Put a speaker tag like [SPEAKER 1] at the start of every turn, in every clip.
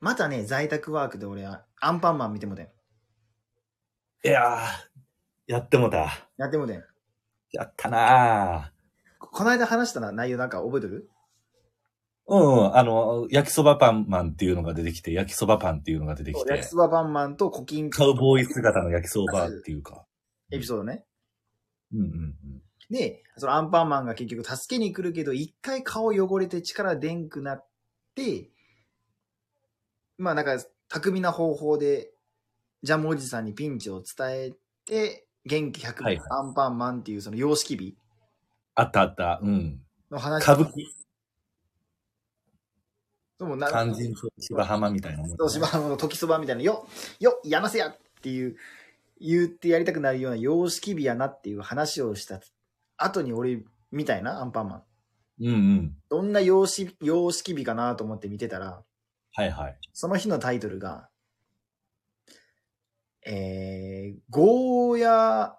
[SPEAKER 1] またね、在宅ワークで俺は、アンパンマン見てもてん。
[SPEAKER 2] いやー、やってもた。
[SPEAKER 1] やってもてん。
[SPEAKER 2] やったな
[SPEAKER 1] ここの間話したな内容なんか覚えてる
[SPEAKER 2] ー。うんうん、あの、焼きそばパンマンっていうのが出てきて、焼きそばパンっていうのが出てき
[SPEAKER 1] 焼
[SPEAKER 2] て
[SPEAKER 1] き、そばパンマンとコキン
[SPEAKER 2] カウボーイ姿の焼きそばっていうか。
[SPEAKER 1] エピソードね。
[SPEAKER 2] うんうん
[SPEAKER 1] で、そのアンパンマンが結局助けに来るけど、一回顔汚れて力でんくなって、まあなんか巧みな方法で、ジャムおじさんにピンチを伝えて、元気100、
[SPEAKER 2] はいはい
[SPEAKER 1] アンパンマンっていうその様式美
[SPEAKER 2] あったあった。うん。
[SPEAKER 1] の話。
[SPEAKER 2] 歌舞伎、
[SPEAKER 1] でもな
[SPEAKER 2] 肝心と芝浜みたいなもん。
[SPEAKER 1] 東芝の時そばみたいな、よよやなせやっていう、言ってやりたくなるような様式美やなっていう話をした後に俺みたいな、アンパンマン。
[SPEAKER 2] うんうん。
[SPEAKER 1] どんな様式様式美かなと思って見てたら、
[SPEAKER 2] はいはい。
[SPEAKER 1] その日のタイトルが、えー、ゴーヤ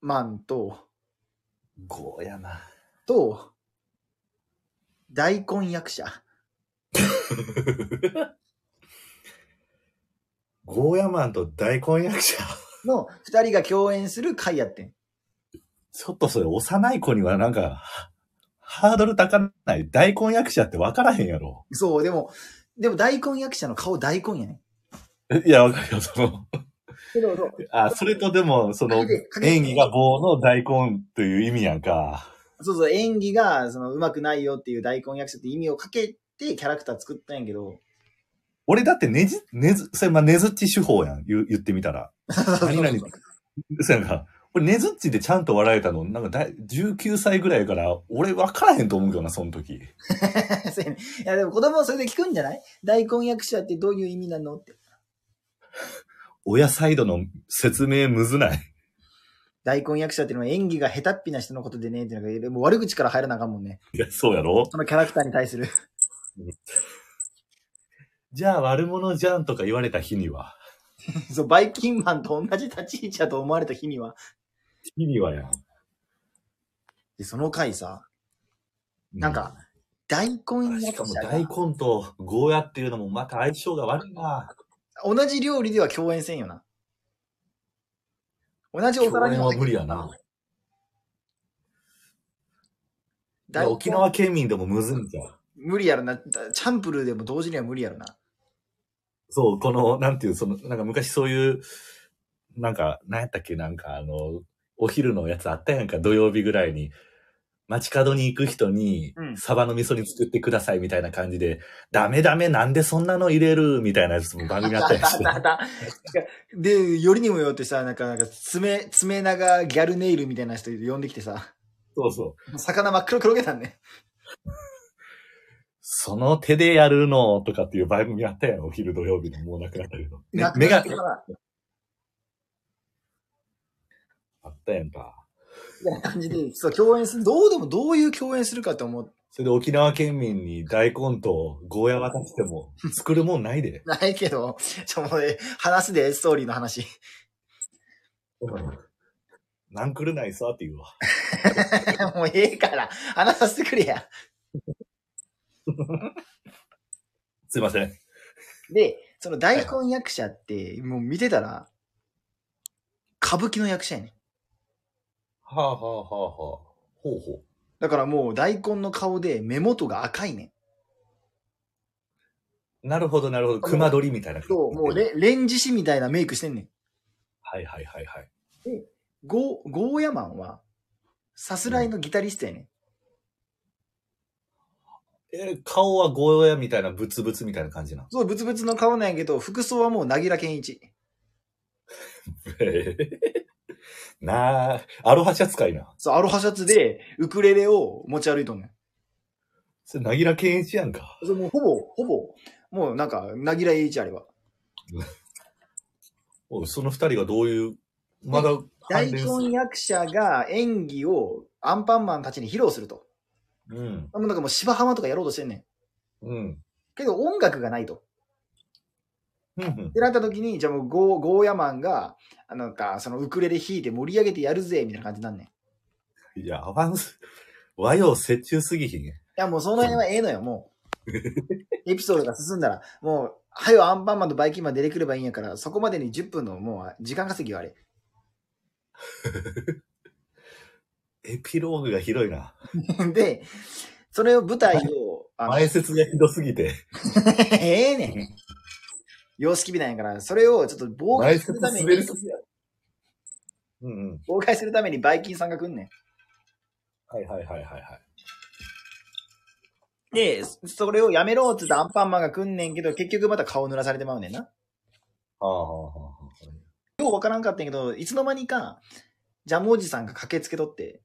[SPEAKER 1] マンと、
[SPEAKER 2] ゴーヤな。
[SPEAKER 1] と、大根役者。
[SPEAKER 2] ゴーヤマンと大根役者。
[SPEAKER 1] の二人が共演する回やってん。
[SPEAKER 2] ちょっとそれ幼い子にはなんか、ハードル高ない。大根役者って分からへんやろ。
[SPEAKER 1] そう、でも、でも大根役者の顔大根やね。
[SPEAKER 2] いや、わかるよ、その。
[SPEAKER 1] けど、そう
[SPEAKER 2] あ、それとでも、その
[SPEAKER 1] かけてかけ、て
[SPEAKER 2] 演技が棒の大根という意味やんか。
[SPEAKER 1] そうそう、演技が、その、うまくないよっていう大根役者って意味をかけて、キャラクター作ったんやけど、
[SPEAKER 2] 俺だってねじ、ねず、それ、まあ、ねずっち手法やん。言う言ってみたら。何々そうやんか。俺、ねずっちでちゃんと笑えたの、なんかだい、19歳ぐらいやから、俺分からへんと思うけどな、その時。
[SPEAKER 1] そうやねいや、でも子供はそれで聞くんじゃない大根役者ってどういう意味なのって。
[SPEAKER 2] 親サイドの説明むずない。
[SPEAKER 1] 大根役者っていうのは演技が下手っぴな人のことでね、っていうのが、もう悪口から入らなあかんもんね。
[SPEAKER 2] いや、そうやろ
[SPEAKER 1] そのキャラクターに対する。
[SPEAKER 2] じゃあ悪者じゃんとか言われた日には。
[SPEAKER 1] そう、バイキンマンと同じ立ち位置だと思われた日には。
[SPEAKER 2] 日にはやん。
[SPEAKER 1] で、その回さ、なんか、大
[SPEAKER 2] う
[SPEAKER 1] 根
[SPEAKER 2] ん、しか
[SPEAKER 1] 役
[SPEAKER 2] も
[SPEAKER 1] 者
[SPEAKER 2] 大
[SPEAKER 1] が
[SPEAKER 2] 根とゴーヤっていうのもまた相性が悪いな。
[SPEAKER 1] 同じ料理では共演せんよな。同じお皿に
[SPEAKER 2] 共演は無理やな。い
[SPEAKER 1] 大
[SPEAKER 2] や
[SPEAKER 1] 根
[SPEAKER 2] 沖縄県民でもむずいんじゃん。
[SPEAKER 1] 無理やろな。だチャンプルーでも同時には無理やろな。
[SPEAKER 2] そう、この、なんていう、その、なんか昔そういう、なんか、なんやったっけ、なんかあの、お昼のやつあったやんか、土曜日ぐらいに。街角に行く人に
[SPEAKER 1] う、ん
[SPEAKER 2] サバの味噌に作ってくださいみたいな感じで、ダメダメなんでそんなの入れるみたいなやつも番組あ ったやつ。
[SPEAKER 1] だだで、よりにもよってさ、なんか、なんか爪、爪長ギャルネイルみたいな人呼んできてさ、
[SPEAKER 2] そうそう。
[SPEAKER 1] 魚真っ黒黒げたんね。
[SPEAKER 2] その手でやるのとかっていう番組あったやん、お昼土曜日のもうなくなったけど。ね
[SPEAKER 1] な、
[SPEAKER 2] 目が、
[SPEAKER 1] な
[SPEAKER 2] あったやんか。
[SPEAKER 1] 感じで、そう、共演する、どうでもどういう共演するかと思う。
[SPEAKER 2] それで沖縄県民に大根とゴーヤ渡しても作るもんないで。
[SPEAKER 1] ないけど、ちょ、もうね、話すで、ストーリーの話。
[SPEAKER 2] なんくるないさって言うわ。
[SPEAKER 1] もうええから、話させてくれや。
[SPEAKER 2] すいません。
[SPEAKER 1] で、その大根役者って、もう見てたら、歌舞伎の役者やねん
[SPEAKER 2] はあはあはあはあ。ほうほう。
[SPEAKER 1] だからもう大根の顔で目元が赤いねん。
[SPEAKER 2] なるほどなるほど。熊取りみたいな。
[SPEAKER 1] そう、もうレレンジ師みたいなメイクしてんねん。
[SPEAKER 2] はいはいはいはい。
[SPEAKER 1] ゴー、ゴーヤマンは、さすらいのギタリストやねん。
[SPEAKER 2] えー顔はゴーヤみたいなブツブツみたいな感 じなの。
[SPEAKER 1] そう、ブツブツの顔なんやけど、服装はもうなぎら健一。
[SPEAKER 2] へえなあ、アロハシャツかいな。
[SPEAKER 1] そう、アロハシャツで、ウクレレを持ち歩いとんねん。
[SPEAKER 2] それ、なぎら健一やんか。
[SPEAKER 1] そうもうほぼ、ほぼ、もうなんか、なぎら栄一あれば。
[SPEAKER 2] おいその二人がどういう、まだ
[SPEAKER 1] 大
[SPEAKER 2] 関連する
[SPEAKER 1] 根役者が演技をアンパンマンたちに披露すると。
[SPEAKER 2] うん。
[SPEAKER 1] もうなんかもう芝浜とかやろうとしてんねん。
[SPEAKER 2] うん。
[SPEAKER 1] けど音楽がないと。
[SPEAKER 2] うんうん
[SPEAKER 1] ってなった時に、じゃあもうゴー、ゴーヤマンが、あのなんか、そのウクレレ弾いて盛り上げてやるぜ、みたいな感じになんねん。い
[SPEAKER 2] いや、アバンス、和洋折衷すぎひん。
[SPEAKER 1] や、もうその辺はええのよ、もう。エピソードが進んだら、もう、はよアンパンマンとバイキンマン出てくればいいんやから、そこまでに10分のもう時間稼ぎよ、あ れ。
[SPEAKER 2] エピローグがひどいな。
[SPEAKER 1] で、それを舞台を、あの
[SPEAKER 2] 前説がひどすぎて。
[SPEAKER 1] ええねん。様式美なんやから、それをちょっと妨害するために、
[SPEAKER 2] 前説滑うんうん。
[SPEAKER 1] 妨害するためにバイキンさんが来んねん。
[SPEAKER 2] はいはいはいはいはい。
[SPEAKER 1] で、それをやめろっつってアンパンマンが来んねんけど、結局また顔塗らされてまうねんな。
[SPEAKER 2] ああ、はあ、はあ、はあ。
[SPEAKER 1] ようわからんかったんやけど、いつの間にか、ジャムおじさんが駆けつけとって、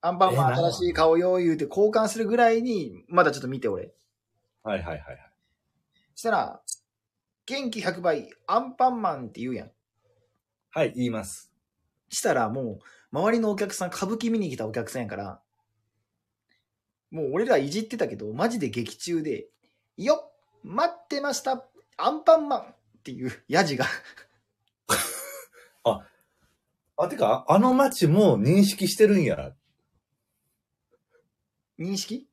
[SPEAKER 1] アンパンマン
[SPEAKER 2] えーなん
[SPEAKER 1] 新しい顔よう言うて交換するぐらいに、まだちょっと見て俺。
[SPEAKER 2] はいはいはいはい。
[SPEAKER 1] したら、元気100倍、アンパンマンって言うやん。
[SPEAKER 2] はい、言います。
[SPEAKER 1] したらもう、周りのお客さん、歌舞伎見に来たお客さんやから、もう俺らいじってたけど、マジで劇中で、よっ待ってましたアンパンマンっていう ヤジが。
[SPEAKER 2] あ、てか、あの街も認識してるんや。
[SPEAKER 1] 認識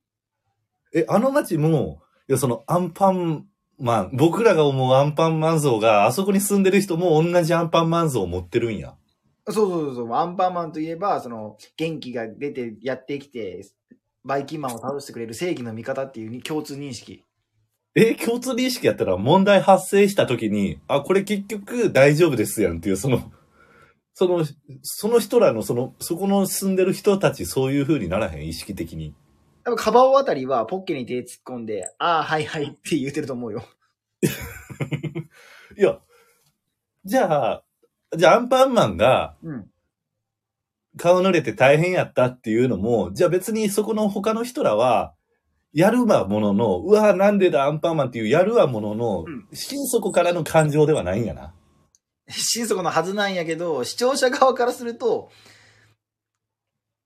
[SPEAKER 2] え、あの街も、いや、そのアンパンマン、僕らが思うアンパンマン像が、あそこに住んでる人も同じアンパンマン像を持ってるんや。
[SPEAKER 1] そうそうそうそう。アンパンマンといえば、その、元気が出てやってきて、バイキンマンを倒してくれる正義の味方っていうに共通認識。
[SPEAKER 2] え、共通認識やったら問題発生した時に、あ、これ結局大丈夫ですやんっていう、その、その、その人らの、その、そこの住んでる人たち、そういう風にならへん、意識的に。
[SPEAKER 1] 多分カバオあたりはポッケに手突っ込んで、ああ、はいはいって言ってると思うよ。
[SPEAKER 2] いや、じゃあ、じゃあアンパンマンが、
[SPEAKER 1] うん。
[SPEAKER 2] 顔濡れて大変やったっていうのも、じゃあ別にそこの他の人らは、やるはものの、うわ、なんでだ、アンパンマンっていうやるはものの
[SPEAKER 1] うん、
[SPEAKER 2] 心底からの感情ではないんやな。
[SPEAKER 1] 心底のはずなんやけど、視聴者側からすると、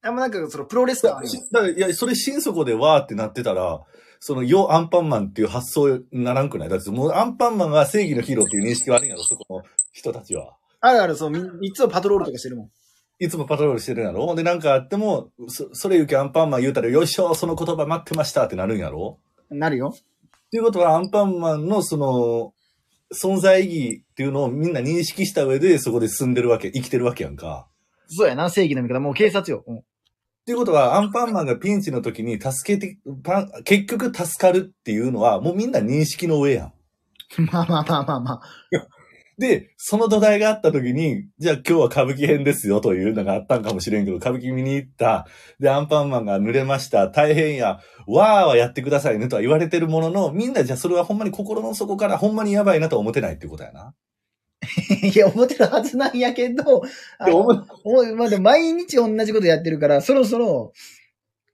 [SPEAKER 1] あんまなんかそのプロレス感ある
[SPEAKER 2] し
[SPEAKER 1] よ
[SPEAKER 2] だからいや、それ心底でわーってなってたら、その、よ、アンパンマンっていう発想にならんくないだってもうアンパンマンが正義のヒーローっていう認識はあるんやろ、そこの人たちは。
[SPEAKER 1] あるある、そう、みいつもパトロールとかしてるもん。
[SPEAKER 2] いつもパトロールしてるんやろで、なんかあっても、そ、それゆきアンパンマン言うたら、よいしょ、その言葉待ってましたってなるんやろ
[SPEAKER 1] なるよ。
[SPEAKER 2] っていうことは、アンパンマンのその、存在意義っていうのをみんな認識した上で、そこで進んでるわけ、生きてるわけやんか。
[SPEAKER 1] そうやな、正義の味方。もう警察よ。うん
[SPEAKER 2] っていうことは、アンパンマンがピンチの時に助けて、パン結局助かるっていうのは、もうみんな認識の上やん。
[SPEAKER 1] まあまあまあまあまあ。
[SPEAKER 2] で、その土台があった時に、じゃあ今日は歌舞伎編ですよというのがあったんかもしれんけど、歌舞伎見に行った。で、アンパンマンが濡れました。大変や。わーはやってくださいねとは言われてるものの、みんなじゃあそれはほんまに心の底からほんまにやばいなとは思ってないっていうことやな。
[SPEAKER 1] いや、思ってるはずなんやけど、あ
[SPEAKER 2] いや思っ
[SPEAKER 1] 思うまあ、でも毎日同じことやってるから、そろそろ、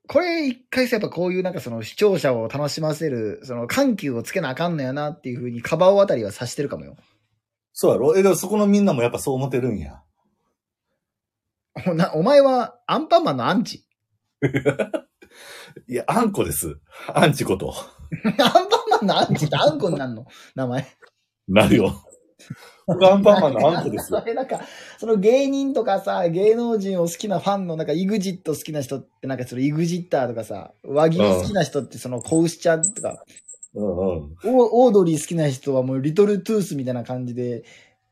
[SPEAKER 1] これ一回さ、やっぱこういうなんかその視聴者を楽しませる、その緩急をつけなあかんのやなっていうふうに、カバオあたりは察してるかもよ。
[SPEAKER 2] そうやろえ、でもそこのみんなもやっぱそう思ってるんや。
[SPEAKER 1] おなお前はアンパンマンのアンチ
[SPEAKER 2] いや、あんこです。アンチこと。
[SPEAKER 1] アンパンマンのアンチってアンコになるの名前。
[SPEAKER 2] なるよ。僕アンパンマンのあんこです
[SPEAKER 1] そ
[SPEAKER 2] よ。
[SPEAKER 1] れなんか、その芸人とかさ、芸能人を好きなファンの、なんか、イグジット好きな人って、なんか、そのイグジッターとかさ、和牛好きな人って、その、コウシちゃんとか、
[SPEAKER 2] うんうん
[SPEAKER 1] オーオードリー好きな人はもう、リトルトゥースみたいな感じで、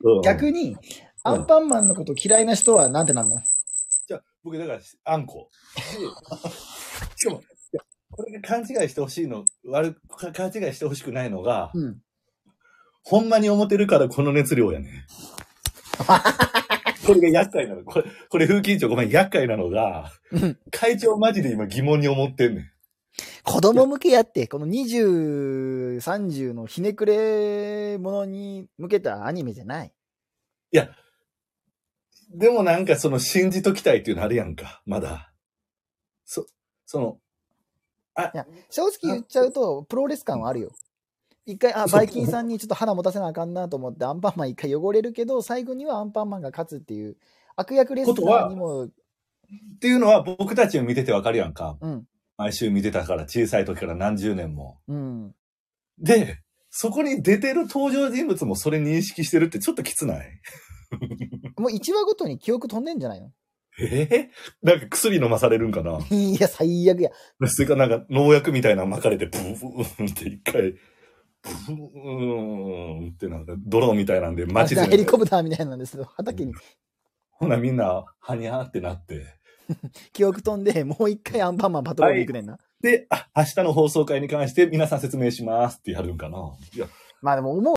[SPEAKER 2] うん。
[SPEAKER 1] 逆に、アンパンマンのこと嫌いな人は、なんてなんの
[SPEAKER 2] じゃあ僕だから、あんこ。しかも、いやこれが勘違いしてほしいの、悪く、勘違いしてほしくないのが、
[SPEAKER 1] うん。
[SPEAKER 2] ほんまに思ってるからこの熱量やね。これが厄介なの。これ、これ風紀委員長ごめん、厄介なのが
[SPEAKER 1] うん、
[SPEAKER 2] 会長マジで今疑問に思ってんねん。
[SPEAKER 1] 子供向けやって、この20、30のひねくれものに向けたアニメじゃない。
[SPEAKER 2] でもなんかその信じときたいっていうのあるやんか、まだ。そ、その、
[SPEAKER 1] 正直言っちゃうと、プロレス感はあるよ。一回、あ、
[SPEAKER 2] そう
[SPEAKER 1] バイキンさんにちょっと腹持たせなあかんなと思って、アンパンマン一回汚れるけど、最後にはアンパンマンが勝つっていう、悪役レスラーにも、
[SPEAKER 2] っていうのは僕たちを見ててわかるやんか。
[SPEAKER 1] うん、
[SPEAKER 2] 毎週見てたから、小さい時から何十年も。
[SPEAKER 1] うん。
[SPEAKER 2] で、そこに出てる登場人物もそれ認識してるってちょっときつない。
[SPEAKER 1] もう1話ごとに記憶飛んでんじゃないの
[SPEAKER 2] えー、なんか薬飲まされるんかない
[SPEAKER 1] や、最悪や。
[SPEAKER 2] それかなんか農薬みたいなの巻かれて、ブーブーブーって一回ブーンってなんか、ドローンみたいなんで、街
[SPEAKER 1] あ
[SPEAKER 2] で
[SPEAKER 1] ヘリコプターみたいなんですけど、畑に
[SPEAKER 2] ほな、みんな、はにゃーってなって。
[SPEAKER 1] 記憶飛んで、もう一回アンパンマンパトロール行くねんな。
[SPEAKER 2] で、あ、明日の放送会に関して皆さん説明しますってやるんかな。いや、
[SPEAKER 1] まあでも思う